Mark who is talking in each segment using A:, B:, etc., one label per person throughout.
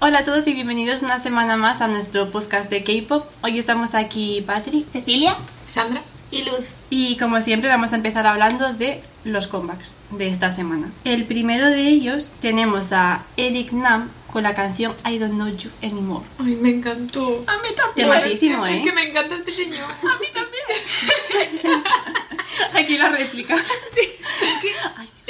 A: Hola a todos y bienvenidos una semana más a nuestro podcast de K-Pop. Hoy estamos aquí Patrick
B: Cecilia
C: Sandra
B: y Luz.
A: y como siempre vamos a empezar hablando de los comebacks de esta semana. El primero de ellos tenemos a Eric Nam con la canción I Don't Know You Anymore.
C: Ay, me encantó.
B: A mí también.
A: Tematísimo,
C: es
A: ¿eh?
C: que me encanta este señor.
B: A mí también.
A: Aquí la réplica.
C: Es que,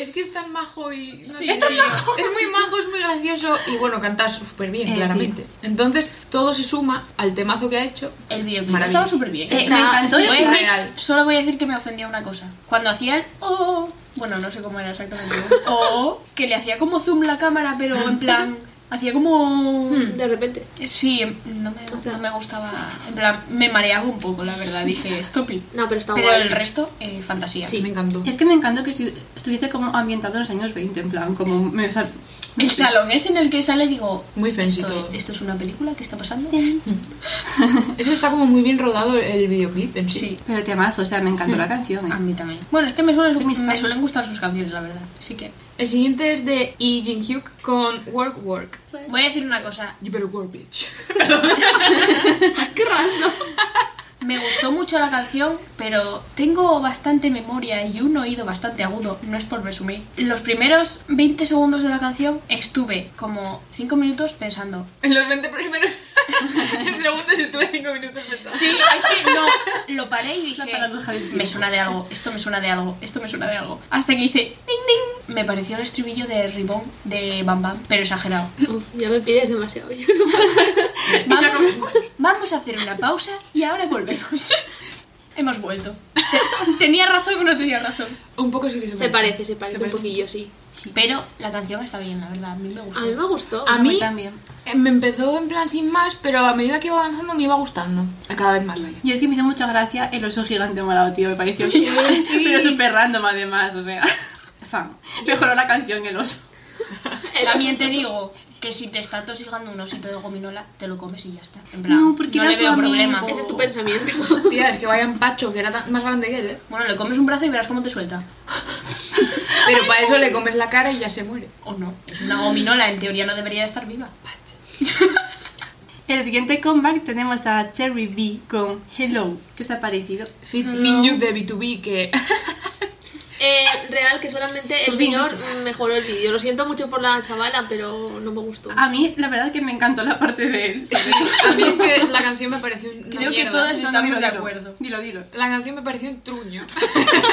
C: es que es tan majo y... no sé, tío. Es muy majo, es muy gracioso y bueno, canta súper bien,
A: Eh,
C: claramente. Entonces, todo se suma al temazo que ha hecho.
D: El videoclip
C: Maravilla.
D: estaba súper bien.
A: Eh, me
C: Ah,
A: encantó
D: Voy a
A: el
D: decir-
C: real.
D: solo voy a decir que me ofendía una cosa. Cuando hacía el oh, bueno, no sé cómo era exactamente. O que le hacía como zoom la cámara, pero en plan hacía como
B: De repente.
D: sí, em- no me, no me gustaba, en plan me mareaba un poco, la verdad. Dije, "Stoppy."
B: No, pero está
D: Pero
B: guay.
D: el resto eh, fantasía.
B: Sí.
C: Me encantó.
A: Es que me encantó que si- estuviese como ambientado en los años 20, en plan, como me sal-
D: El salón es en el que sale digo,
C: Muy fancy
D: esto,
C: todo.
D: esto es una película, ¿qué está pasando?
C: Eso está como muy bien rodado el videoclip en sí.
D: Sí.
A: Pero temazo, o sea, me encantó la canción.
D: A
A: ¿eh?
D: mí también. Bueno, es que me suelen,
A: Mis-
D: me suelen gustar sus canciones, la verdad. Así que
C: El siguiente es de Lee Jin Hyuk con Work Work.
D: voy a decir una cosa.
C: You better work, bitch.
B: Qué raro, ¿no?
D: Me gustó mucho la canción, pero tengo bastante memoria y un oído bastante agudo, no es por presumir. Los primeros 20 segundos de la canción estuve como 5 minutos pensando.
C: En los 20 primeros en segundos estuve 5 minutos pensando.
D: Sí, es que no, lo paré y dije,
A: La paradoja del tiempo.
D: me suena de algo, esto me suena de algo, esto me suena de algo. Hasta que hice, ding ding, me pareció el estribillo de Ribón de Bam Bam, pero exagerado.
B: Uf, Ya me pides demasiado. Yo no puedo.
D: Vamos, vamos a hacer una pausa y ahora volvemos. Hemos vuelto. Te- Tenía razón o no tenía razón.
C: Un poco sí que se,
B: Se parece, se parece un poquillo, sí.
D: Sí, pero la canción está bien, la verdad, a mí me gusta.
B: A mí me gustó.
D: Ah,
C: A mí
A: también.
C: eh, me empezó en plan sin más, pero a medida que iba avanzando me iba gustando. eh, Cada vez más, vaya.
A: Y es que me hizo mucha gracia el oso gigante morado, tío. Me pareció que Pero súper random, además, o sea. Fan. Mejoró la canción que el oso.
B: El
D: También
B: oso.
D: te digo que si te está tosigando un osito de gominola, te lo comes y ya está. En plan,
A: No, porque era
D: le
A: su
D: veo
A: amigo.
D: problema. este,
B: Ese es tu pensamiento.
C: Tía, es que vaya un pacho, que era tan- más grande que él, ¿eh?
D: Bueno, le comes un brazo y verás cómo te suelta.
C: Pero para eso le comes la cara y ya se muere.
D: O no. Es una gominola, en teoría no debería de estar viva.
A: El siguiente comeback tenemos a Cherry B con Hello. ¿Qué os ha parecido?
C: Fit Minyuk de B2B que...
B: Eh, real que solamente el
A: Sus
B: señor mejoró el vídeo. Lo siento mucho por la chavala, pero no me gustó.
D: Ah.
A: A mí, la verdad, que me encantó la parte de él.
C: A mí es que la canción me pareció una
D: Creo que
C: mierda.
D: todas
A: No, no,
D: Estamos
A: dilo,
D: de
A: dilo.
D: acuerdo.
A: Dilo, dilo.
C: La canción me pareció un truño.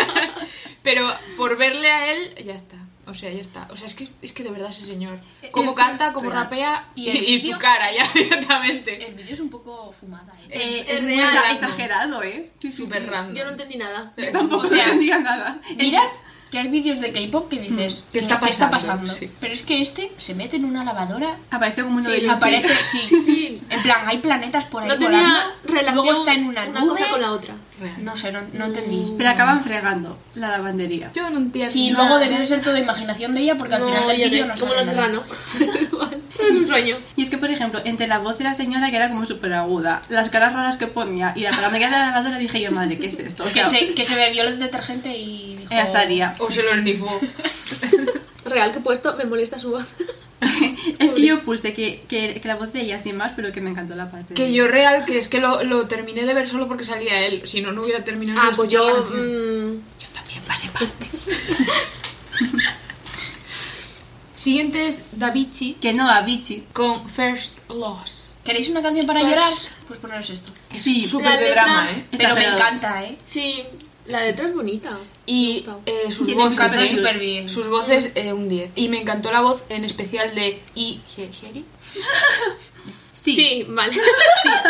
C: Pero por verle a él, ya está. O sea, ya está. O sea, es que, es que de verdad ese señor. Como
A: es
C: canta, como
A: real.
C: rapea y,
D: Eh, Y el
C: y su
D: vídeo-
C: cara ya directamente.
D: El vídeo es un poco fumada, ¿eh?
A: Eh,
B: es
A: es muy
B: real,
A: extra-
C: ¿no?
A: exagerado, ¿eh? Sí, sí,
C: Súper
A: sí.
C: random.
B: Yo no entendí nada.
C: Yo
A: Tampoco
D: O sea,
A: entendía nada.
D: Mira que hay vídeos de K-pop que dices,
C: ¿Qué está
D: está
C: pasando?
D: pasando?
C: Sí.
D: Pero es que este se mete en una lavadora,
A: Aparece un mundo
B: Sí,
A: de
D: aparece, sí.
B: Sí.
D: En plan, hay planetas por ahí
B: No
D: volando,
B: tenía relación
D: luego está en una, nube.
B: cosa con la otra.
C: Real.
D: No sé, no, no entendí.
A: Pero acaban fregando la lavandería.
C: Yo no entiendo.
D: Sí,
B: no.
D: luego debió de ser toda imaginación de ella porque al final del
B: yo
D: vídeo
B: que-
D: no
B: como
D: sale
B: los
D: nada.
B: serrano. Todo es un sueño.
A: Y es que, por ejemplo, entre la voz de la señora, que era como súper aguda, las caras raras que ponía y la paramédica de la lavadora, dije yo, madre, ¿qué es esto? O
D: Que
A: sea, eh,
D: se, que se bebió el detergente y dijo...
A: ya estaría.
C: O se los rifó.
B: Real que he puesto, me molesta su voz.
A: Es que yo puse que, que, que la voz de ella sin más, pero que me encantó la parte.
C: Que
A: de-
C: yo real, que es que lo, lo terminé de ver solo porque salía él. Si no, no hubiera terminado
B: Ah,
C: de
B: pues
C: escuchar la
B: yo.
C: canción.
B: mm,
C: También pasé partes. Siguiente es Davichi
A: Que no, a Vichy.
C: con First Loss.
D: ¿Queréis una canción para
B: Pues-
D: llorar? Pues poneros esto.
A: Sí,
C: Súper
B: La
C: de
B: letra-
C: drama, ¿eh?
D: Pero me
A: Exagerado.
D: encanta, ¿eh?
B: sí, la letra es bonita.
C: Y
B: Me ha gustado.
C: eh, sus,
A: Tiene
C: voces,
A: canciones
C: ¿eh?
D: súper bien.
C: sus voces, eh, un 10. Y me encantó la voz en especial de I. Ge- Geri.
A: Sí.
B: Sí, vale.
C: Sí,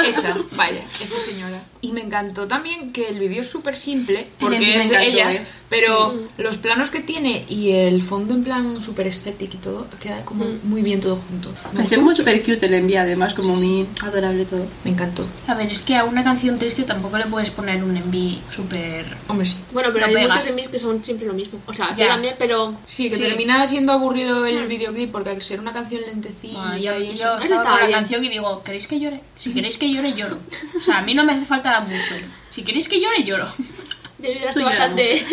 C: esa, vaya, esa señora. Y me encantó también que el vídeo es súper simple,
A: mí
C: porque
A: me
C: es de
A: encantó,
C: ellas,
A: ¿eh?
C: pero los planos que tiene y el fondo en plan súper estético y todo, queda como
B: Mm.
C: muy bien todo junto. Me
A: Parecía
C: gustó
A: como
C: mucho.
A: súper cute el envía, además, como muy adorable todo.
C: Me encantó.
D: A ver, es que a una canción triste tampoco le puedes poner un enví súper...
C: Hombre, sí.
B: Bueno, pero
D: No
B: hay
D: pega.
B: muchos envíos que son siempre lo mismo. O sea, yo
D: Ya.
B: también, pero.
C: Sí, que
D: Sí.
C: termina siendo aburrido el
B: Mm.
C: videoclip porque al ser una canción lentecita
D: Bueno, yo,
C: y
D: yo
C: eso-
B: Eso
D: estaba
B: está
D: con la
B: bien.
D: canción y digo, ¿queréis que llore? Si queréis que llore, lloro. O sea, a mí no me hace falta mucho. Si queréis que llore, lloro.
B: Yo lloraste
A: Tú
B: bastante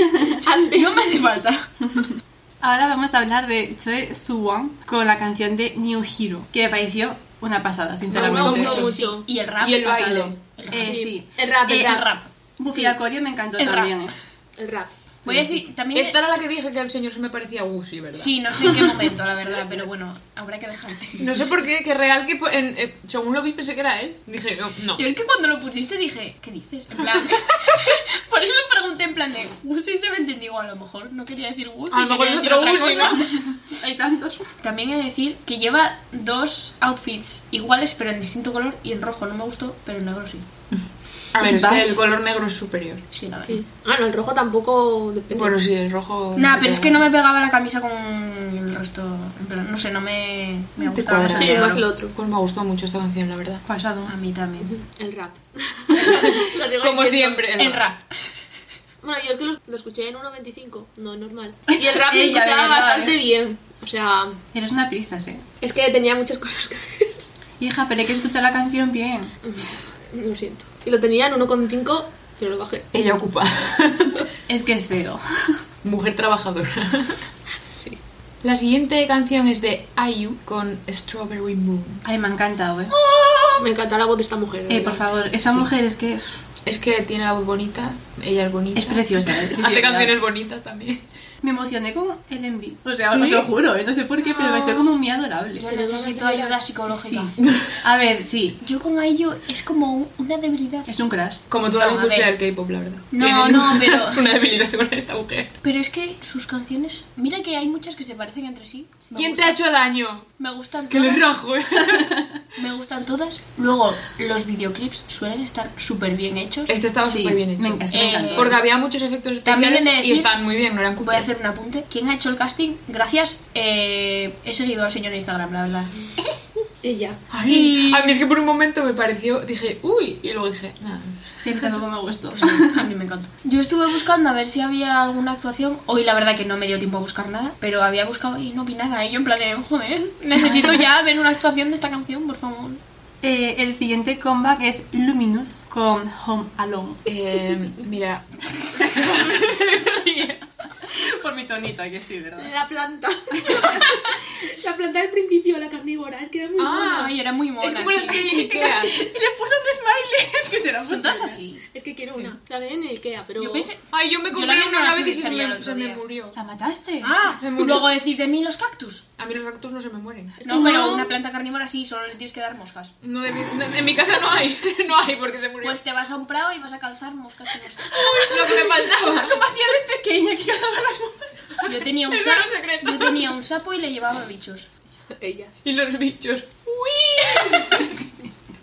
B: antes.
D: No me hace falta.
A: Ahora vamos a hablar de Choi Suwon con la canción de New Hero, que me pareció una pasada,
B: Me
A: sinceramente.
B: gustó
C: Realmente.
B: mucho.
D: Y el rap.
C: Y el
D: pasado.
C: baile.
D: El rap.
A: Eh,
B: Sí.
A: sí.
B: El rap, el
D: Eh,
B: rap.
D: el rap.
A: Buffy
B: Sí.
A: la Corio me encantó
D: El
A: también.
D: rap.
A: eh.
B: El rap.
D: Voy a decir, también...
C: Esta era la que dije que el señor se me parecía a Gusi, ¿verdad?
D: Sí, no sé en qué momento, la verdad, pero bueno, habrá que dejarte.
C: No sé por qué, que real que pues, en- eh, según lo vi pensé que era él. Dije, no, no.
D: Yo es que cuando lo pusiste dije, ¿qué dices? En plan, por eso pregunté en plan de, Gusi se me entendió igual, a lo mejor no quería decir Gusi.
C: A lo mejor
D: quería
C: es
D: decir
C: otro
D: otra
C: Gusi,
D: cosa.
C: ¿no?
A: Hay tantos.
D: También he de decir que lleva dos outfits iguales, pero en distinto color, y en rojo no me gustó, pero en negro sí.
C: A ver, es
A: Vale.
C: que el color negro es superior.
D: Sí, la verdad.
B: Sí. Ah, no, el rojo tampoco depende.
C: Bueno, sí, el rojo.
D: Nah, pero es que no me pegaba la camisa con el resto, en plan, no sé, no me, me
C: Te
D: gustaba.
C: cuadra.
D: más el
B: sí,
D: negro.
B: más el otro.
C: Pues me gustó mucho esta canción, la verdad.
A: Pasado.
D: A mí también.
B: El rap.
C: Como siempre.
D: El rap.
B: Bueno, yo es que lo, lo escuché en 1.25, no normal. Y el rap lo
A: Ella,
B: escuchaba
A: de verdad,
B: bastante
A: ¿eh?
B: bien. O sea,
A: Eres una prisas, eh.
B: es que tenía muchas cosas que ver.
A: Hija, pero hay que escuchar la canción bien.
B: Lo siento. Y lo tenía en 1.5, pero lo bajé.
C: Ella ocupa.
A: Es que es cero.
C: Mujer trabajadora.
B: Sí.
C: La siguiente canción es de IU con Strawberry Moon.
A: Ay, me ha encantado, eh.
B: Me encanta la voz de esta mujer. de
A: Eh, por
B: verdad.
A: favor, esta
C: Sí.
A: mujer es que
C: Es que tiene la voz bonita, ella es bonita.
A: es preciosa. eh. Sí, sí,
C: Hace
A: es verdad.
C: canciones bonitas también.
A: Me emocioné con el envío. O sea,
C: ¿Sí?
A: os lo juro, eh, no sé por qué, pero me pareció como muy adorable.
D: Yo
B: Pero no
D: necesito
B: me
D: ayuda
B: llorar.
D: psicológica.
A: A ver, sí,
D: Yo con ello es como un- una debilidad.
A: es un crash.
C: Como toda
D: No,
C: la
D: a
C: industria
D: ver.
C: del K-pop, la verdad.
D: No,
C: Tienen
D: no,
C: una-
D: pero-
C: Una debilidad con esta mujer.
D: Pero es que sus canciones. Mira que hay muchas que se parecen entre sí. Me
C: ¿Quién te
D: gustan-
C: ha hecho daño?
D: Me gustan
C: Que le
D: todas.
C: rajo, eh.
D: Me gustan todas. Luego, los videoclips suelen estar súper bien hechos.
C: Este estaba
A: Sí,
C: súper bien hecho.
A: me encanta,
D: Eh,
A: me encantó.
C: Porque había muchos efectos especiales
D: También he de
C: y
D: decir-
C: estaban muy bien, no eran
D: Voy a
C: cutres.
D: hacer un apunte. ¿Quién ha hecho el casting? Gracias. eh, he seguido al señor en Instagram, la verdad.
B: Ella.
C: Ay,
D: y-
C: A mí es que por un momento me pareció, dije, uy, y luego dije, nada.
A: Sí, tampoco me gustó.
D: Pues a mí- a mí me encanta. Yo estuve buscando a ver si había alguna actuación. Hoy la verdad que no me dio tiempo a buscar nada, pero había buscado y no vi nada. Y yo en plan de, joder, necesito ya ver una actuación de esta canción, por favor.
A: Eh, el siguiente comeback es Luminous con Home Alone.
C: Eh, mira,
A: Por mi tonita, que sí, ¿verdad?
B: La planta. la planta del principio, la carnívora. Es que era muy
C: Ah.
B: buena.
D: Ay, era muy mona.
C: es como
D: sí.
C: las que Ikea.
A: Le puso un smiley, es que será
D: Son todas Pues así.
B: Es que quiero una. La de en Ikea, pero.
D: Yo pensé...
C: Ay, yo me
D: Yo
C: compré
D: la
C: una
D: vi en
C: una
D: una
C: vez y se
D: floristería el
C: me,
D: otro
C: se me
D: día.
C: murió.
A: ¿La mataste?
D: Ah,
C: Me
D: y
C: murió.
D: luego decís de mí los cactus.
C: A mí los cactus no se me mueren.
D: No,
B: No.
D: pero una planta carnívora sí, solo le tienes que dar moscas.
C: No, en, mi, no, en mi casa no hay, no hay porque se murió.
D: Pues te vas a un prado y vas a calzar moscas y moscas.
C: Pues, lo que me faltaba.
A: Como hacía de pequeña que cazaba las moscas.
D: Yo tenía un
C: Eso era un
D: sapo,
C: secreto.
D: yo tenía un sapo y le llevaba bichos.
B: Ella.
C: Y los bichos. ¡Uy!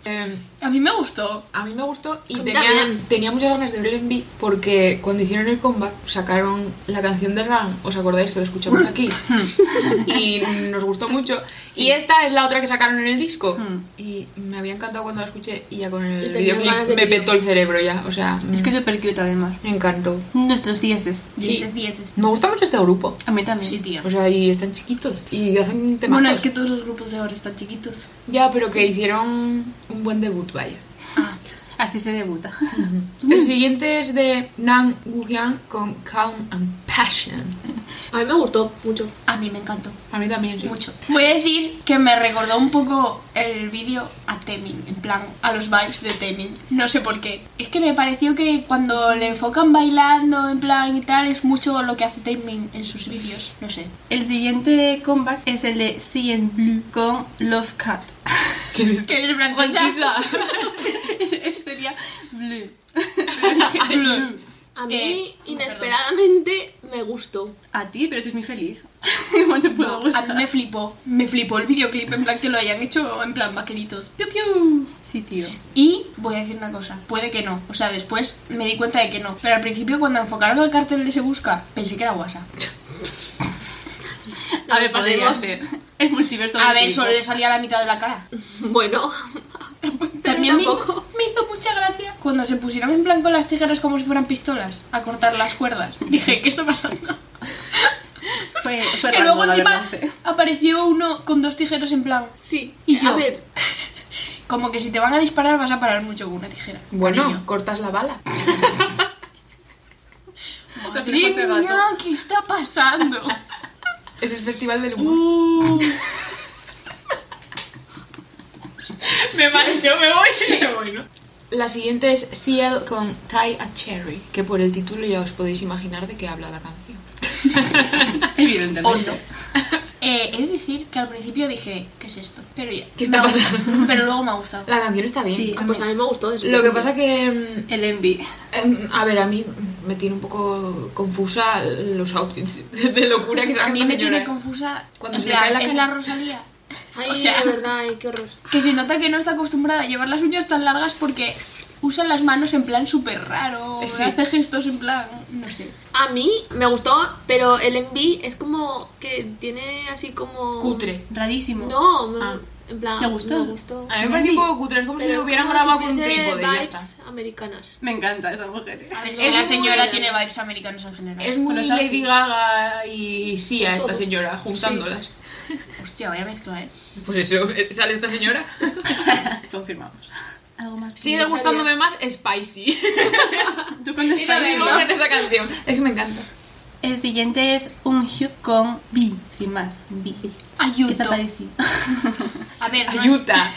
C: Em,
D: A mí me gustó.
C: A mí me gustó y
B: A mí
C: tenía,
B: también.
C: tenía muchas ganas de ver el MV porque cuando hicieron el comeback sacaron la canción de Ran, ¿os acordáis que lo escuchamos aquí? y nos gustó mucho. Y esta es la otra que sacaron en el disco.
A: Hmm.
C: Y me había encantado cuando la escuché y ya con el
B: Y tenías
C: videoclip
B: ganas de
C: me
B: vídeo.
C: petó el cerebro ya. O sea,
A: Es que
C: mm,
A: es súper cute, además.
C: me encantó.
A: Nuestros dieces.
B: Sí.
D: Dieces, dieces.
C: Me gusta mucho este grupo.
A: A mí también.
D: Sí, tía.
C: O sea, y están chiquitos y hacen temas.
D: Bueno, es que todos los grupos de ahora están chiquitos.
C: Ya, pero que hicieron un buen debut, vaya.
D: Ah,
A: Así se debuta.
C: El siguiente es de Nam Woohyang con Calm and Passion.
B: A mí me gustó mucho.
D: a mí me encantó
C: A mí también, sí.
D: mucho. Voy a decir que me recordó un poco el vídeo a Temin, en plan, a los vibes de Temin. No sé por qué. Es que me pareció que cuando le enfocan bailando, en plan y tal, es mucho lo que hace Temin en sus vídeos. No sé.
A: El siguiente comeback es el de Cien Blue con Love Cat.
C: ¿Qué dices?
D: Que eres
A: Ese, ese sería Blue.
C: Ay,
A: Blue.
B: A mí,
D: Eh,
B: inesperadamente, me gustó.
A: A ti, pero si es muy feliz. ¿Cómo te puedo
D: A
A: gustar?
D: mí me flipó. Me flipó el videoclip, en plan que lo hayan hecho en plan vaqueritos. Piu, piu.
A: Sí, tío.
D: Y voy a decir una cosa, puede que no, o sea, después me di cuenta de que no, pero al principio cuando enfocaron al cartel de Se Busca, pensé que era WhatsApp.
A: A ver, pues podría
B: podemos-
A: ser. El multiverso
D: A ver,
A: verídico.
D: solo le salía la mitad de la cara.
B: Bueno,
D: También me,
B: tampoco.
D: me hizo mucha gracia cuando se pusieron en plan con las tijeras como si fueran pistolas a cortar las cuerdas. Dije, ¿qué está pasando?
A: Fue, fue
D: Que
A: random,
D: luego
A: la
D: encima
A: verdad.
D: apareció uno con dos tijeras en plan,
B: sí.
D: ¿Y
B: A
D: yo?
B: ver,
D: como que si te van a disparar vas a parar mucho con una tijera.
C: Bueno,
D: cariño.
C: cortas la bala.
A: Con
D: Madre
A: ojos de gato.
D: mía, ¿qué está pasando?
C: Es el festival del humor.
A: Uh.
D: Me marcho, me voy y me voy, ¿no?
C: La siguiente es CL con Tie a Cherry, que por el título ya os podéis imaginar de qué habla la canción.
A: Evidentemente.
C: O no.
D: Eh, he de decir que al principio dije, ¿qué es esto? Pero ya.
C: ¿Qué está
D: me ha gustado.
C: pasando?
D: Pero luego me ha gustado.
C: La canción está bien.
A: Sí.
B: Ah, pues a mí me gustó. desde
C: Lo que
B: el
C: pasa que mm,
A: El envy.
C: Em, A ver, a mí me tiene un poco confusa los outfits de locura que
D: A
C: saca
D: mí
C: esta
D: me
C: señora.
D: tiene confusa.
C: Cuando
D: en
C: se le cae
D: plan,
C: la
D: es
C: cara.
D: la Rosalía.
B: principio. Ay,
D: o sea-
B: de verdad, ay, qué horror.
D: Que se nota que no está acostumbrada a llevar las uñas tan largas porque usa las manos en plan súper raro.
C: Sí.
D: Hace gestos en plan. No sé.
B: A mí me gustó, pero el envy es como que tiene así como...
C: Cutre.
A: Rarísimo.
B: No, me-
A: Ah.
B: en plan...
A: ¿Te gustó?
B: Me gustó.
C: A mí me parece un poco cutre, es como si
B: Pero
C: lo
B: es
C: hubieran
B: como
C: grabado
B: si
C: con un
B: tuviese
C: trípode y ya está.
B: vibes americanas.
A: Me encanta esa mujer. eh.
D: Si
C: es
D: la
C: muy-
D: señora tiene vibes americanos en general.
C: Es muy
A: los
C: Lady
A: outfits.
C: Gaga y Sia esta
B: Todo.
C: señora, juntándolas.
D: Hostia, vaya mezcla, ¿eh?
C: Pues eso, eh, sale esta señora.
A: Confirmamos. ¿Algo más?
C: Sigue gustándome más Spicy.
A: ¿Tú con Spice
C: Sigo
A: Girl?
C: con esa canción. Es que me encanta.
A: El siguiente es un hue con B, sin más. B. Que
D: Ayuto.
A: está parecido.
D: A ver, no es,
C: Ayuta.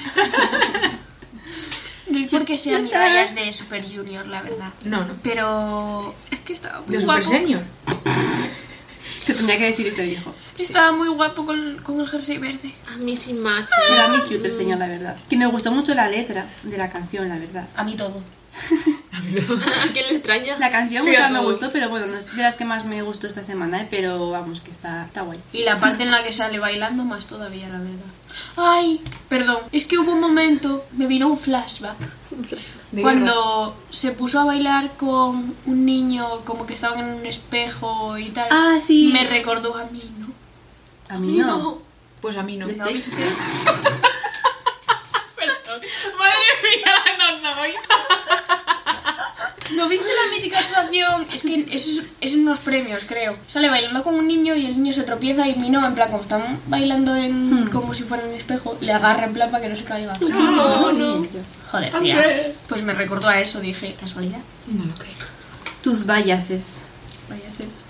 D: no es porque sea mi varias de Super Junior, la verdad.
C: No, no.
D: Pero es que estaba muy
C: De
D: guapo.
C: Super Senior.
A: Se tendría que decir ese viejo.
D: Estaba muy guapo con, con el jersey verde.
B: A mí sin más.
A: Era muy cute el señor, la verdad. Que me gustó mucho la letra de la canción, la verdad.
D: A mí todo.
B: ¿A quién le extraña?
A: La canción
C: Sí,
A: o sea,
C: a
A: me
C: todos.
A: gustó, pero bueno, no es de las que más me gustó esta semana, ¿eh? pero vamos, que está, está guay.
D: Y la parte en la que sale bailando más todavía, la verdad. Ay, perdón, es que hubo un momento, me vino un flashback.
C: De guerra.
D: Cuando se puso a bailar con un niño, como que estaban en un espejo y tal.
A: Ah, sí.
D: Me recordó a mí, ¿no?
A: A mí no.
C: Pues a mí no.
A: ¿Les triste?
C: Madre mía, no, no voy.
D: ¿No viste la mítica actuación? Es que eso es, es unos premios, creo. Sale bailando con un niño y el niño se tropieza y Mino, en plan, como están bailando en,
A: Hmm.
D: como si fuera un espejo, le agarra en plan para que no se caiga.
A: No,
C: no.
D: Joder,
C: Hombre.
D: tía. Pues me recordó a eso, dije, casualidad.
C: No lo creo.
A: Tus vayases.
D: Vaya a ser.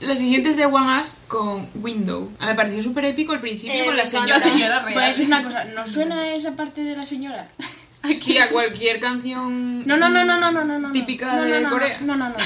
C: La siguiente es de One Us con Window. Ah, Me pareció súper épico al principio
B: Eh,
C: con la
B: me
C: señora.
B: encanta.
D: Voy a decir una cosa, ¿no suena esa parte de la señora?
C: Sí, a cualquier canción.
D: No, no, no, no, no, no, no, no.
C: Típica
D: no, no,
C: de
D: no, no,
C: Corea.
D: No, no, no, no.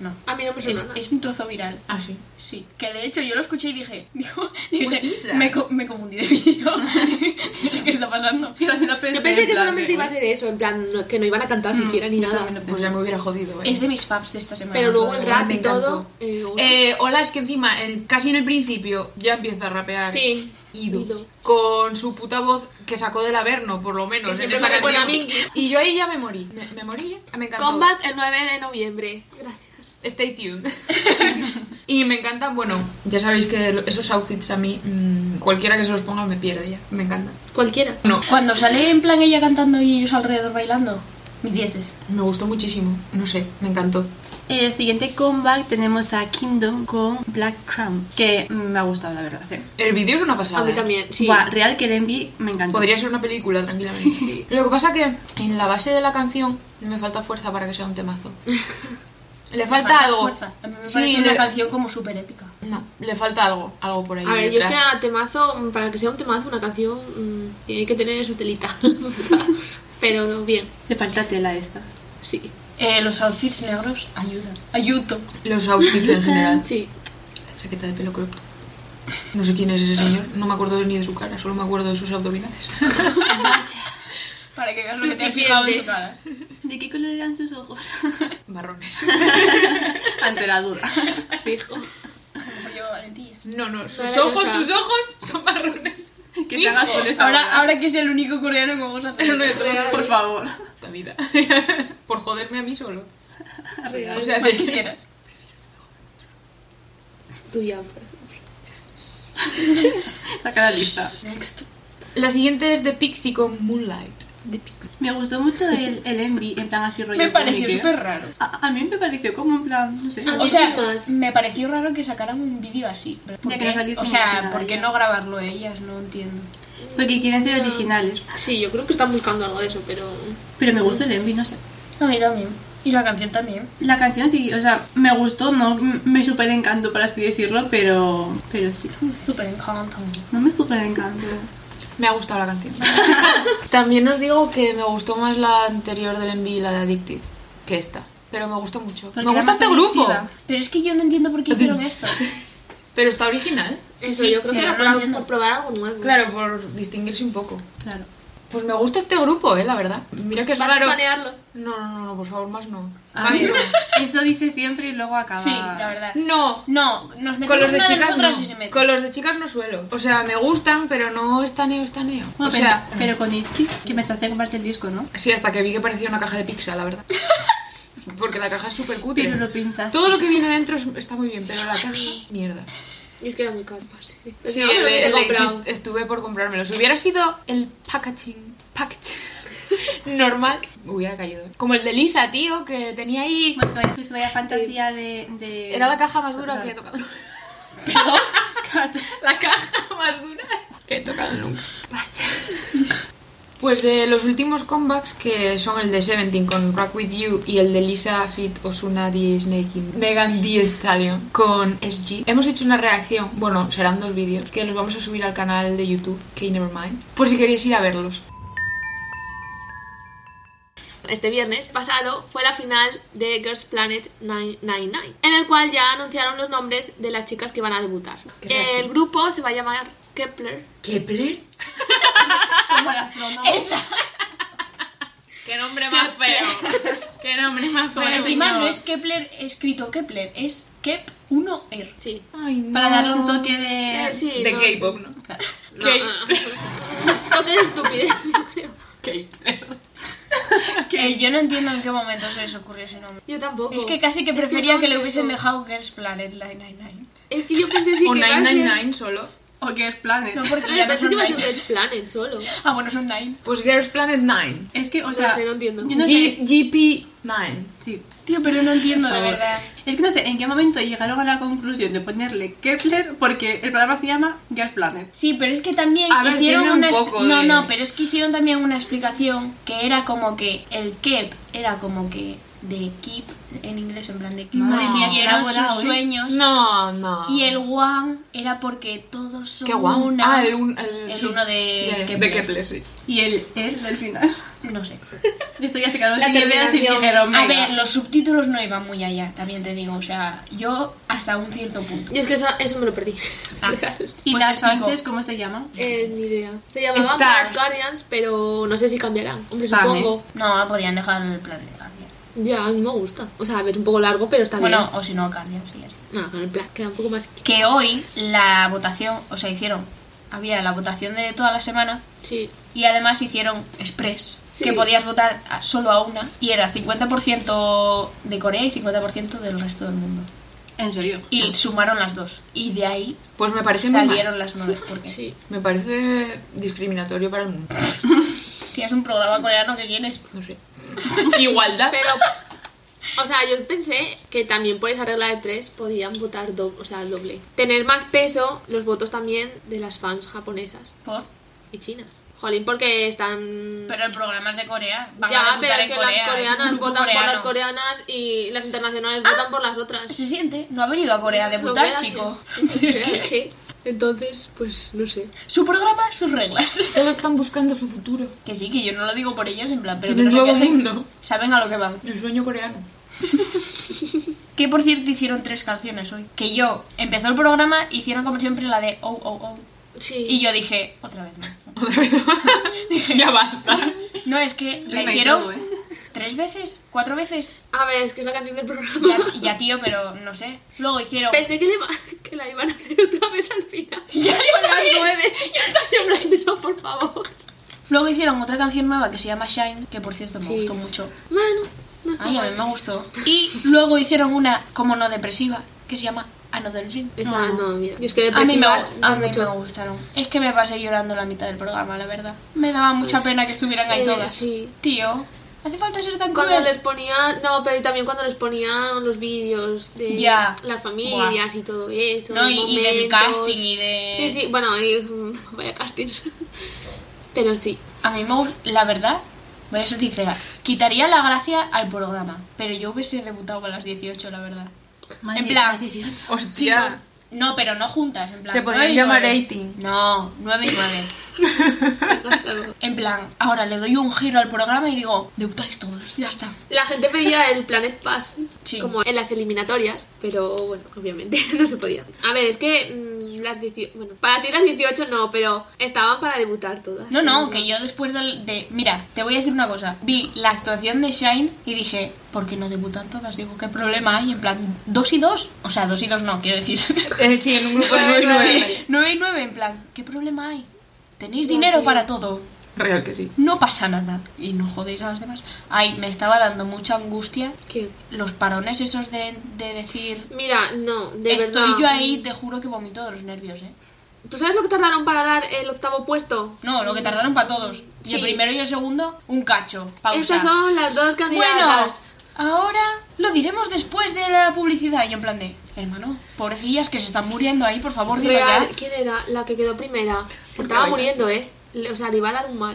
D: no.
B: A mí no me suena
D: Es,
B: nada.
D: es un trozo viral,
C: Ah, sí.
D: sí. Que de hecho yo lo escuché y dije, digo, dije
A: Bueniza.
D: me, co- me confundí de vídeo. Dije, ¿Qué está pasando?
A: Yo también lo
B: Yo pensé que solamente iba a ser eso, en plan, no- que no iban a
C: Mm,
B: cantar siquiera ni nada.
C: Pues ya me hubiera jodido. ¿eh?
D: Es de mis faves de esta semana.
B: Pero
D: os lo
B: luego el
D: digo.
B: rap
A: Me
B: y
A: encantó.
B: todo. eh, uy.
C: Eh, hola, es que encima, en- casi en el principio, ya empieza a rapear.
B: sí.
C: Ido.
B: Ido.
C: Con su puta voz que sacó del Averno, por lo menos.
B: Que
C: en
B: siempre
C: esta
B: me recuerda
C: canción.
B: a Mingus.
C: Y yo ahí ya me morí. Me, me morí ya. Ah, Me encantó.
B: Combat el 9 de noviembre. Gracias.
C: Stay tuned. y me encantan, bueno, ya sabéis que lo- esos outfits a mí, mm, cualquiera que se los ponga me pierde ya. Me encanta.
B: Cualquiera.
C: No,
D: Cuando sale en plan ella cantando y ellos alrededor bailando, mis dieces.
C: me gustó muchísimo. No sé, me encantó.
A: El siguiente comeback tenemos a Kingdom con Black Crown, que me ha gustado, la verdad. ¿eh?
C: El vídeo es una pasada.
B: A mí
C: ¿eh?
B: también, sí.
A: Buah, real que el envy me encantó.
C: Podría ser una película tranquilamente. Lo que pasa que en la base de la canción me falta fuerza para que sea un temazo. Le falta, algo.
D: Fuerza. A mí me
C: Sí,
D: parece una
C: le-
D: canción como súper épica.
C: No, le falta algo, algo por ahí.
B: A ver, yo es
C: detrás.
B: que a temazo, mm, para que sea un temazo, una canción mm, tiene que tener su telita. Pero bien,
A: Le falta tela a esta.
B: sí.
D: Eh, los outfits negros ayudan. Ayuto.
C: Los outfits en general.
B: Sí.
C: La chaqueta de pelo cropped. No sé quién es ese señor, no me acuerdo ni de su cara, solo me acuerdo de sus abdominales.
D: Para que veas lo que te has
B: Suficiente.
D: fijado en su cara.
A: ¿De qué color eran sus ojos?
C: Marrones.
A: Ante la duda.
B: Fijo.
D: A lo mejor lleva valentía.
C: No, no, sus
B: Maravillosa.
C: ojos, sus ojos son marrones.
A: Que se haga azules
D: Ahora,
A: ahora.
D: ahora que es el único coreano que vamos a
C: El
D: hacer.
C: resto de
A: Por favor.
C: puta vida. Por joderme a mí solo.
B: Real.
C: O sea,
D: Más
C: si
D: quisieras.
B: Tuya.
A: Saca la lista.
D: Next.
C: La siguiente es de Pixie con Moonlight.
A: Me gustó mucho el, el envy, en plan así rollo.
D: Me pareció
A: cómic, ¿eh?
D: súper Ah. raro.
A: A, a mí me pareció como en plan, no sé.
B: A mí
D: O sea,
B: sí más.
D: me pareció raro que sacaran un vídeo así. Porque,
A: que no saliese
D: o
A: nada
D: sea, ¿por qué
A: ya.
D: no grabarlo ellas? No entiendo.
A: Porque quieren ser originales.
B: Sí, yo creo que están buscando algo de eso, pero.
A: Pero me gustó el envy, no sé.
D: A mí también. Y la canción también.
A: La canción sí, o sea, me gustó, no m- me super encantó, por así decirlo, pero, pero sí.
D: Súper encanto.
A: No me super encantó.
C: Me ha gustado la canción. También os digo que me gustó más la anterior del Envy y la de Addicted que esta. Pero me gustó mucho.
A: Porque era
C: me gusta
A: más
C: este grupo.
A: adictiva.
D: Pero es que yo no entiendo por qué hicieron esto.
C: Pero está original.
B: Eso
D: sí,
B: yo creo
D: sí,
B: que
D: no
B: era
D: lo
B: por,
D: entiendo.
B: por probar algo nuevo.
C: Claro, por distinguirse un poco.
A: Claro.
C: Pues me gusta este grupo, eh, la verdad. Mira que es
B: Vas
C: raro.
B: a panearlo.
C: No, no, no, no, por favor, más no.
A: A
C: Más
A: ver,
C: no.
A: eso dice siempre y luego acaba.
D: Sí, la verdad.
C: No.
D: No, nos metemos
C: Con los de
D: una
C: chicas
D: nosotras
C: no.
D: y se mete.
C: Con los de chicas no suelo. O sea, me gustan, pero no estaneo, estaneo.
A: Bueno,
C: o sea,
A: pero, pero con Itchy, que pensaste en comprarte el disco, ¿no?
C: sí, hasta que vi que parecía una caja de pizza, la verdad. Porque la caja es súper cutre.
A: Pero lo pensaste.
C: Todo lo que viene dentro es- está muy bien, pero la caja, mierda.
B: Y es que era muy caro, sí. Si
C: Sí,
B: no, me
C: el-
B: lo hubiese
C: el-
B: comprado.
C: sí, estuve por comprármelo. Si hubiera sido el packaging, packaging normal, hubiera caído. Como el de Lisa, tío, que tenía ahí.
A: Pues vaya, pues vaya fantasía de, de-
C: Era la caja más dura que he tocado. La caja más dura que he tocado nunca. Vaya. Pues de los últimos comebacks, que son el de Seventeen con Rock With You y el de Lisa Fit Osuna D. Snake y Megan D. Stadium con SG, hemos hecho una reacción, bueno, serán dos vídeos, que los vamos a subir al canal de YouTube, K Nevermind, por si queréis ir a verlos.
B: Este viernes pasado fue la final de Girls Planet 999, en el cual ya anunciaron los nombres de las chicas que van a debutar.
C: Qué
B: El
C: reacción.
B: grupo se va a llamar Kepler.
C: ¿Kepler?
A: como el astrónomo.
C: ¡Qué nombre más feo! ¡Qué nombre más
D: Pero encima no es Kepler escrito Kepler, es er. Kep1R.
B: Sí.
C: Ay, no.
A: Para darle un toque de.
B: Eh, sí
C: de
B: no,
C: K-pop, ¿no?
A: Claro.
B: sí. No, no, no. Toque de estupidez, yo creo.
C: Kepler.
D: Eh, yo no entiendo en qué momento se les ocurrió ese nombre.
B: Yo tampoco.
D: Es que casi que prefería
B: no
D: que le
B: entiendo.
D: hubiesen dejado Girls Planet 999.
B: Es que yo pensé sí
C: o
B: que iba a ser-
C: 999 solo.
A: O que es planet.
D: No,
B: Ah, pues No,
D: porque
B: yo
D: ya no
B: pensé que
D: son
B: iba a ser
D: nine.
B: Girls Planet solo.
D: Ah, bueno, son 9.
C: Pues Girls Planet 9.
A: Es que, o
B: No
A: sea.
B: sé, no entiendo.
A: Yo no sé.
C: GP 9.
A: Sí.
D: Tío, pero no entiendo
C: Por
D: de
C: favor.
D: verdad.
A: Es que no sé en qué momento llegaron a la conclusión de ponerle Kepler porque el programa se llama Girls Planet.
D: Sí, pero es que también
C: A ver,
D: hicieron
C: tiene un
D: una es-
C: poco
D: no,
C: de-
D: no, pero es que hicieron también una explicación que era como que el Kep era como que de keep en inglés en plan de keep.
A: Madre
D: Porque
A: mía, qué
D: eran
A: elaborado,
D: sus
A: ¿eh?
D: sueños
C: No, no.
D: y el one era porque todos son
C: Qué guau.
D: una.
C: Ah, el, un, el,
D: el uno de Kepler.
C: de Kepler, sí.
A: Y el él del final.
D: No sé.
A: Eso ya se quedaron
B: La
A: sin ideas y
B: terminación.
A: dijeron,
D: A
A: "Venga".
D: ver, los subtítulos no iban muy allá, también te digo, o sea, yo hasta un cierto punto.
B: Yo es que eso, eso me lo perdí.
D: Ah,
A: ¿Y
D: pues
A: las
D: explico.
A: fans cómo se llaman?
B: Eh, ni idea. Se llamaban
C: Stars.
B: Bad Guardians, pero no sé si cambiarán. Hombre,
A: Fame.
B: supongo.
D: No, podían dejar el planeta. bien.
B: Ya, a mí me gusta. O sea, es un poco largo, pero está
D: Bueno, o si no, Carnion, sí, ya está.
B: bien. No, con el plan, queda un poco más.
D: que hoy la votación, o sea, hicieron, había la votación de toda la semana
B: Sí.
D: y además hicieron express,
B: Sí.
D: que podías votar a- solo a una y era 50% de Corea y 50% del resto del mundo.
A: En serio.
D: Y
B: Ah.
D: sumaron las dos y de ahí
C: Pues me parece muy mal.
D: salieron las nueve porque
B: Sí.
C: Me parece discriminatorio para el mundo.
D: tienes un programa coreano que quieres.
C: No sé. Igualdad.
B: Pero. O sea, yo pensé que también por esa regla de tres podían votar doble, o sea, doble. Tener más peso los votos también de las fans japonesas
D: Por,
B: y chinas. Jolín, porque están.
D: pero el programa es de Corea. Van a
B: ya,
D: debutar
B: pero es
D: en
B: que
D: Corea,
B: las
D: es un
B: coreanas
D: grupo
B: votan por
D: coreano.
B: las coreanas y las internacionales votan por las otras.
D: Se siente no ha venido a Corea a
B: Lo
D: Ah. debutar,
B: veas,
D: chico.
B: sí.
D: Es que-
B: Sí. Entonces, pues no sé.
D: Su programa, sus reglas.
C: Solo están buscando su futuro.
D: Que sí, que yo no lo digo por ellos, en plan, pero que
C: Tienen
D: no
C: un
D: se
C: nuevo
D: quejen.
C: mundo.
D: Saben a lo que van.
C: El sueño coreano.
D: Que por cierto hicieron tres canciones hoy. Que yo empezó el programa, hicieron como siempre la de oh oh oh.
B: Sí.
D: Y yo dije, otra vez no.
C: ya basta.
D: No, es que la
A: Remake todo,
D: hicieron
A: ¿eh?
D: tres veces, cuatro veces.
B: A ver, es que es la canción del
D: Ya,
B: programa.
D: ya, tío, pero no sé. Luego hicieron.
B: Pensé que, le iba- que la iban a hacer otra vez al final.
D: Ya, yo
B: Con las
D: también.
B: nueve. Yo no entiendo, por favor.
D: Luego hicieron otra canción nueva que se llama Shine, que por cierto me
B: Sí.
D: gustó mucho.
B: Bueno, no está
D: Ay, a
B: mal.
D: mí me gustó. Y luego hicieron una como no depresiva que se llama Another Dream.
B: Esa, no, mira. Yo es que
D: A mí, me,
B: depresivas
D: a mí me
B: mucho.
D: gustaron. Pues Es que me pasé llorando la mitad del programa, la verdad. Me daba mucha pena que estuvieran ahí
B: Eh,
D: todas.
B: sí.
D: Tío, hace falta ser tan
B: Cuando
D: cruel.
B: les ponía, no, pero también cuando les ponían los vídeos de
D: Ya.
B: las familias y todo eso.
D: No, y,
B: los
D: y del
B: momentos.
D: casting y de...
B: Sí, sí, bueno, y, mm, vaya castings. Pero sí,
D: A mí me gust- la verdad, voy a ser sincera, quitaría la gracia al programa, pero yo hubiese debutado con las 18, la verdad.
A: Madre
D: en
A: mía,
D: plan-
A: las 18.
C: Hostia.
D: No, pero no juntas, en plan.
C: Se podrían
D: nueve y nueve.
C: llamar 18.
D: No, 9 y 9.
B: Hasta-
D: En plan, ahora le doy un giro al programa y digo, debutáis todos, ya está.
B: La gente pedía el Planet Pass,
D: Sí.
B: como en las eliminatorias, pero bueno, obviamente no se podía. A ver, es que mm, las 18, bueno, para ti las 18 no, pero estaban para debutar todas.
D: No, no, que yo después del- de, Mira, te voy a decir una cosa. Vi la actuación de Shine y dije, ¿por qué no debutan todas? Digo, ¿qué problema hay? En plan, ¿dos y dos? O sea, dos y dos no, quiero decir.
C: Eh, sí, en un grupo de
B: Nueve,
C: 9 y
B: nueve.
C: 9.
D: Sí, nueve y nueve, en plan, ¿qué problema hay? Tenéis
B: Ya,
D: dinero
B: tío.
D: para todo.
C: Real que sí.
D: No pasa nada. Y no jodéis a los demás. Ay, me estaba dando mucha angustia
B: ¿Qué?
D: los parones esos de, de decir...
B: Mira, no, de
D: Estoy
B: verdad.
D: yo ahí, te juro que vomito de los nervios, ¿eh?
B: ¿Tú sabes lo que tardaron para dar el octavo puesto?
D: No, lo que tardaron para todos. Y el
B: Sí.
D: primero y el segundo, un cacho. Pausa.
B: Esas son las dos
D: bueno,
B: candidatas.
D: ahora lo diremos después de la publicidad. Y yo en plan de, hermano, pobrecillas que se están muriendo ahí, por favor, dilo
B: Real,
D: ya.
B: ¿quién era la que quedó
D: Pues
B: primera? Se
C: Porque
B: estaba
C: bailas.
B: muriendo, ¿eh? Le- O sea, le iba a dar un mal.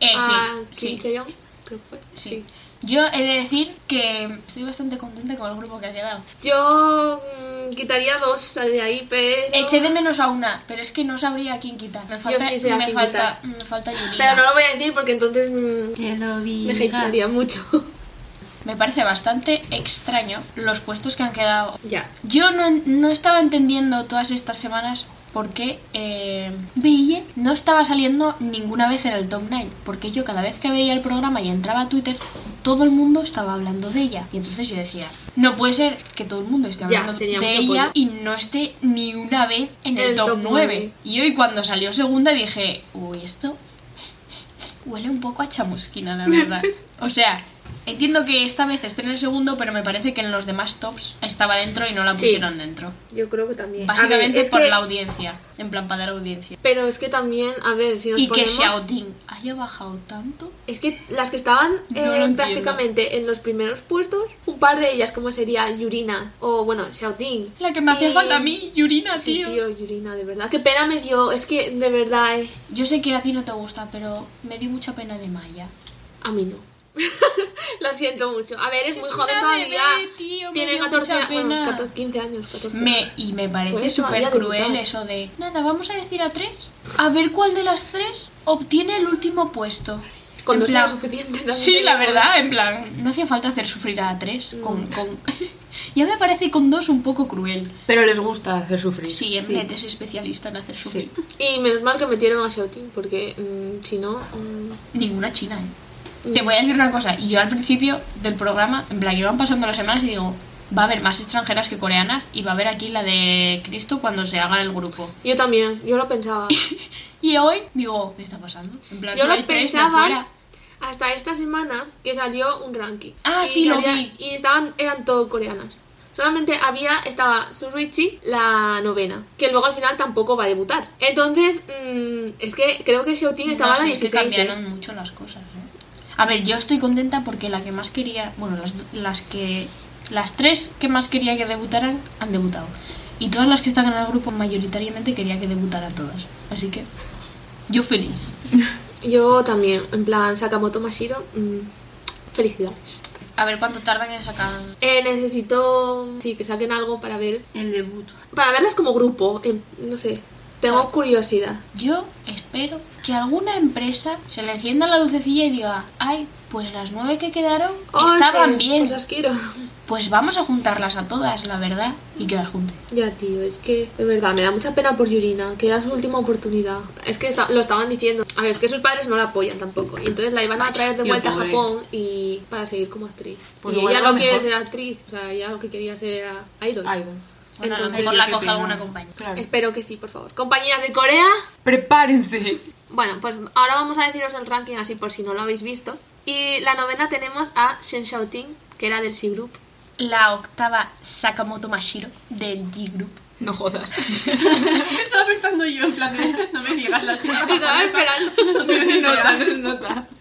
D: Eh, sí,
B: a
D: sí,
B: Kim Chae-young, creo que fue.
D: sí. Yo he de decir que estoy bastante contenta con el grupo que ha quedado.
B: Yo mm, quitaría dos de ahí, pero...
D: Eché de menos a una, pero es que no sabría a quién quitar. Me falta,
B: sí sé a
D: me
B: quién
D: falta, me falta Yurina.
B: Pero no lo voy a decir porque entonces mm,
A: Que lo
B: me
A: diga.
B: hatearía mucho.
D: Me parece bastante extraño los puestos que han quedado
B: ya.
D: Yo no, no estaba entendiendo todas estas semanas por qué eh, Ville no estaba saliendo ninguna vez en el top 9. Porque yo cada vez que veía el programa y entraba a Twitter, todo el mundo estaba hablando de ella. Y entonces yo decía, no puede ser que todo el mundo esté
B: Ya,
D: hablando
B: tenía
D: de
B: mucho
D: ella
B: apoyo.
D: y no esté ni una vez en el, top, 9. Y hoy cuando salió segunda dije, uy, esto Huele un poco a chamusquina, la verdad. O sea, entiendo que esta vez esté en el segundo, pero me parece que en los demás tops estaba dentro y no la
B: Sí.
D: pusieron dentro.
B: Yo creo que también.
D: Básicamente
B: A ver, es
D: por
B: que-
D: la audiencia, en plan para dar audiencia.
B: Pero es que también, a ver, si nos
D: Y que
B: ponemos...
D: Xiaoting haya bajado tanto.
B: Es que las que estaban
D: No
B: eh,
D: lo entiendo.
B: prácticamente en los primeros puestos, un par de ellas, como sería Yurina o, bueno, Xiaoting.
D: La que me hacía
B: Y-
D: falta a mí, Yurina,
B: Sí,
D: tío.
B: tío, Yurina, de verdad. Qué pena me dio. Es que, de verdad, eh,
D: Yo sé que a ti no te gusta, pero me dio mucha pena de Maya.
B: a mí no. Lo siento mucho. A ver, es,
D: que
B: muy
D: es
B: joven
D: una
B: todavía.
D: bebé, tío, me
B: Tiene
D: dio
B: 14
D: mucha
B: años. Bueno,
D: pena.
B: 14, 15 años, 14.
D: Me, y me parece
B: Puedes todavía
D: súper cruel
B: debutar.
D: eso de... Nada, vamos a decir a tres. A ver cuál de las tres obtiene el último puesto.
B: Con
D: En
B: dos
D: plan-
B: años suficientes. también
D: Sí,
B: te
D: la
B: digo.
D: verdad, en plan, no hacía falta hacer sufrir a
B: Mm.
D: tres. Con, con... ya me parece con dos un poco cruel.
C: Pero les gusta hacer sufrir.
D: Sí, Mnet es especialista en hacer sufrir.
B: Y menos mal que metieron a Xiaoting, porque mm, si no. mm,
D: Ninguna china, ¿eh? Te voy a decir una cosa. Yo al principio del programa, en plan, iban pasando las semanas y digo, va a haber más extranjeras que coreanas y va a haber aquí la de Cristo cuando se haga el grupo.
B: yo también, yo lo pensaba.
D: Y hoy digo, ¿qué está pasando? En plan,
B: Yo
D: solo
B: lo
D: hay tres de
B: pensaba.
D: fuera.
B: Hasta esta semana que salió un ranking.
D: Ah,
B: Y
D: sí, lo
B: salía-
D: vi.
B: Y estaban, eran todo coreanas. Solamente había, estaba Suruichi, la novena, que luego al final tampoco va a debutar. Entonces, mm, es que creo que Xiaoting estaba
D: No,
B: en
D: sí,
B: la
D: es que
B: 16, ¿eh?
D: cambiaron mucho las cosas. ¿eh? A ver, yo estoy contenta porque la que más quería, bueno, las, las que las tres que más quería que debutaran han debutado. Y todas las que están en el grupo mayoritariamente quería que debutaran todas. Así que yo feliz.
B: Yo también, en plan Sakamoto Mashiro, mm, felicidades.
D: A ver cuánto tardan en sacar.
B: Eh, necesito, sí, que saquen algo para ver,
A: El debut.
B: para verlas como grupo, en- no sé, tengo
D: Ah.
B: curiosidad.
D: Yo espero que alguna empresa se le encienda la lucecilla y diga, ay, pues las nueve que quedaron
B: Ay,
D: estaban
B: que-
D: bien.
B: Pues las quiero.
D: Pues vamos a juntarlas a todas, la verdad, y que las junten.
B: Ya, tío, es que de verdad me da mucha pena por Yurina, que era su última oportunidad. Es que esta- lo estaban diciendo. A ver, es que sus padres no la apoyan tampoco. Y entonces la iban a traer de
A: tío,
B: vuelta
A: pobre.
B: a Japón y para seguir como actriz.
C: Pues
B: y
C: igual
B: ella
C: era
B: no
C: lo
B: quiere
C: mejor.
B: ser actriz, o sea, ella lo que quería ser era idol.
C: Algo.
D: Bueno, a lo
B: Entonces,
D: mejor
A: yo
D: la
A: qué
D: coge
A: opino.
D: alguna compañía.
C: Claro.
B: Espero que sí, por favor. Compañías de Corea.
C: Prepárense.
B: Bueno, pues ahora vamos a deciros el ranking así por si no lo habéis visto. Y la novena tenemos a Shen Xiaoting, que era del C-Group.
D: La octava Sakamoto Mashiro del G Group.
C: No jodas.
A: Estaba pensando yo, en plan, de, no me digas la chica.
B: Estaba esperando.
C: No se nota, no se nota.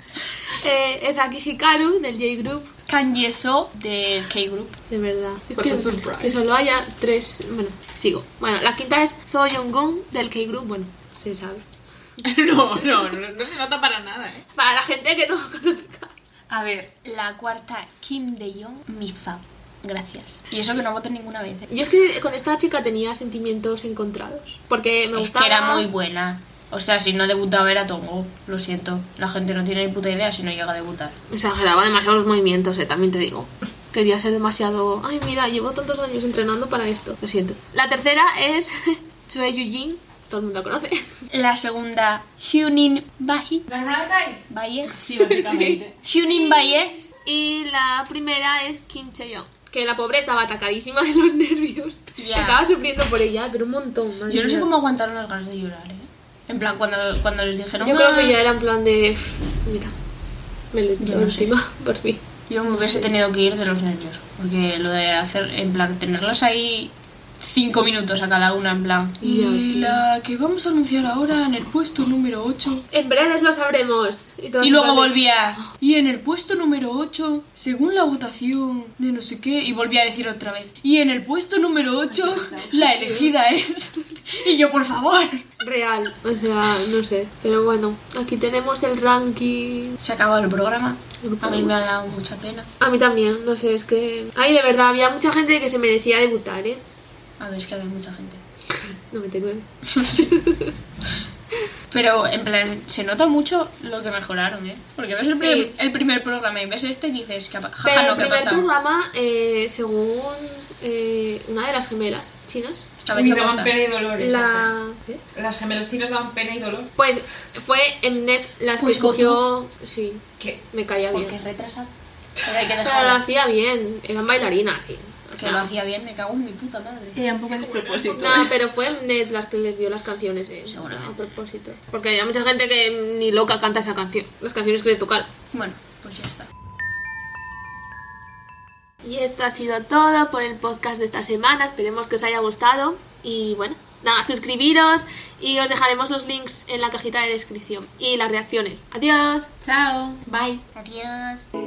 B: Eh, Ezaki Hikaru, del J-Group.
D: Kanyeso del K Group.
B: De verdad. Es
C: What
B: que,
C: a surprise.
B: que solo haya tres. Bueno, sigo. Bueno, la quinta es So Young-gun del K-Group. Bueno, se sabe.
C: No, no, no, no se nota para nada, ¿eh?
B: Para la gente que no lo conozca.
A: A ver,
D: La cuarta Kim De Jong, mi fa. Gracias. Y eso que no voté ninguna vez. ¿eh?
B: Yo es que con esta chica tenía sentimientos encontrados. Porque me
D: Es
B: gustaba.
D: que era muy buena. O sea, si no debutaba era Tongo. Lo siento. La gente no tiene ni puta idea si no llega a debutar.
B: Exageraba demasiado los movimientos, eh, también te digo. Quería ser demasiado. Ay, mira, llevo tantos años entrenando para esto. Lo siento. La tercera es Chue Yujin. Todo el mundo la conoce.
D: La segunda, Hyunin Bahi.
C: Nanakai.
D: Baye.
A: Sí, básicamente.
D: Hyunin Baye.
B: Y la primera es Kim Cheon. Que la pobre estaba atacadísima de los nervios.
D: Ya.
B: Estaba sufriendo por ella, pero un montón. madre
D: Yo no sé
B: mía.
D: cómo aguantaron las ganas de llorar, ¿eh? En plan, cuando, cuando les dijeron...
B: Yo creo
D: "Ah",
B: que ya era en plan de. Mira, me lo
D: Yo
B: echo
D: no sé.
B: encima por mí.
D: Yo me hubiese tenido que ir de los nervios. Porque lo de hacer, en plan, tenerlas ahí cinco minutos a cada una, en plan...
B: Ya,
D: Y
B: tío.
D: la que vamos a anunciar ahora en el puesto número 8...
B: En breves lo sabremos. Y, todos
D: Y luego
B: en plan de-
D: volvía. Y en el puesto número 8, según la votación de no sé qué, y volvía a decir otra vez. Y en el puesto número 8, la elegida es. Y yo, por favor.
B: Real, o sea, no sé. Pero bueno, aquí tenemos el ranking.
D: Se acabó el programa.
B: Grupo
D: A mí me ha
B: Woods.
D: dado mucha pena.
B: A mí también, no sé, es que. Ay, de verdad, había mucha gente que se merecía debutar, ¿eh?
D: A ver, es que había mucha gente.
B: 99.
D: Pero en plan, se nota mucho lo que mejoraron, ¿eh? Porque ves el,
B: Sí.
D: prim- el primer programa y ves este y dices, que
B: Pero
D: jaja,
B: el
D: no, ¿qué ha
B: primer
D: pasado?
B: programa, eh, según eh, una de las gemelas chinas,
D: Estaba
C: Uy,
D: hecho
C: daban
D: bosta.
C: pena y dolor esas,
B: la. ¿eh?
C: eh. Las gemelas chinas daban pena y dolor.
B: Pues fue Mnet las que
D: Pues Goku.
B: escogió. Sí,
C: ¿Qué?
B: me caía
D: Porque
B: bien.
D: es retrasado. Pero hay que
B: Pero lo
D: dejarla.
B: hacía bien, eran bailarinas, sí. O
D: Que
B: sea,
D: lo hacía bien, me cago en mi puta madre.
A: Era un poco el propósito.
B: No, pero fue Mnet las que les dio las canciones, eh,
D: Seguramente.
B: a propósito. Porque había mucha gente que ni loca canta esa canción, las canciones que les tocaron.
D: Bueno, pues ya está.
B: Y esto ha sido todo por el podcast de esta semana, esperemos que os haya gustado y bueno, nada, suscribiros y os dejaremos los links en la cajita de descripción y las reacciones. Adiós,
A: Chao.
B: bye.
D: Adiós.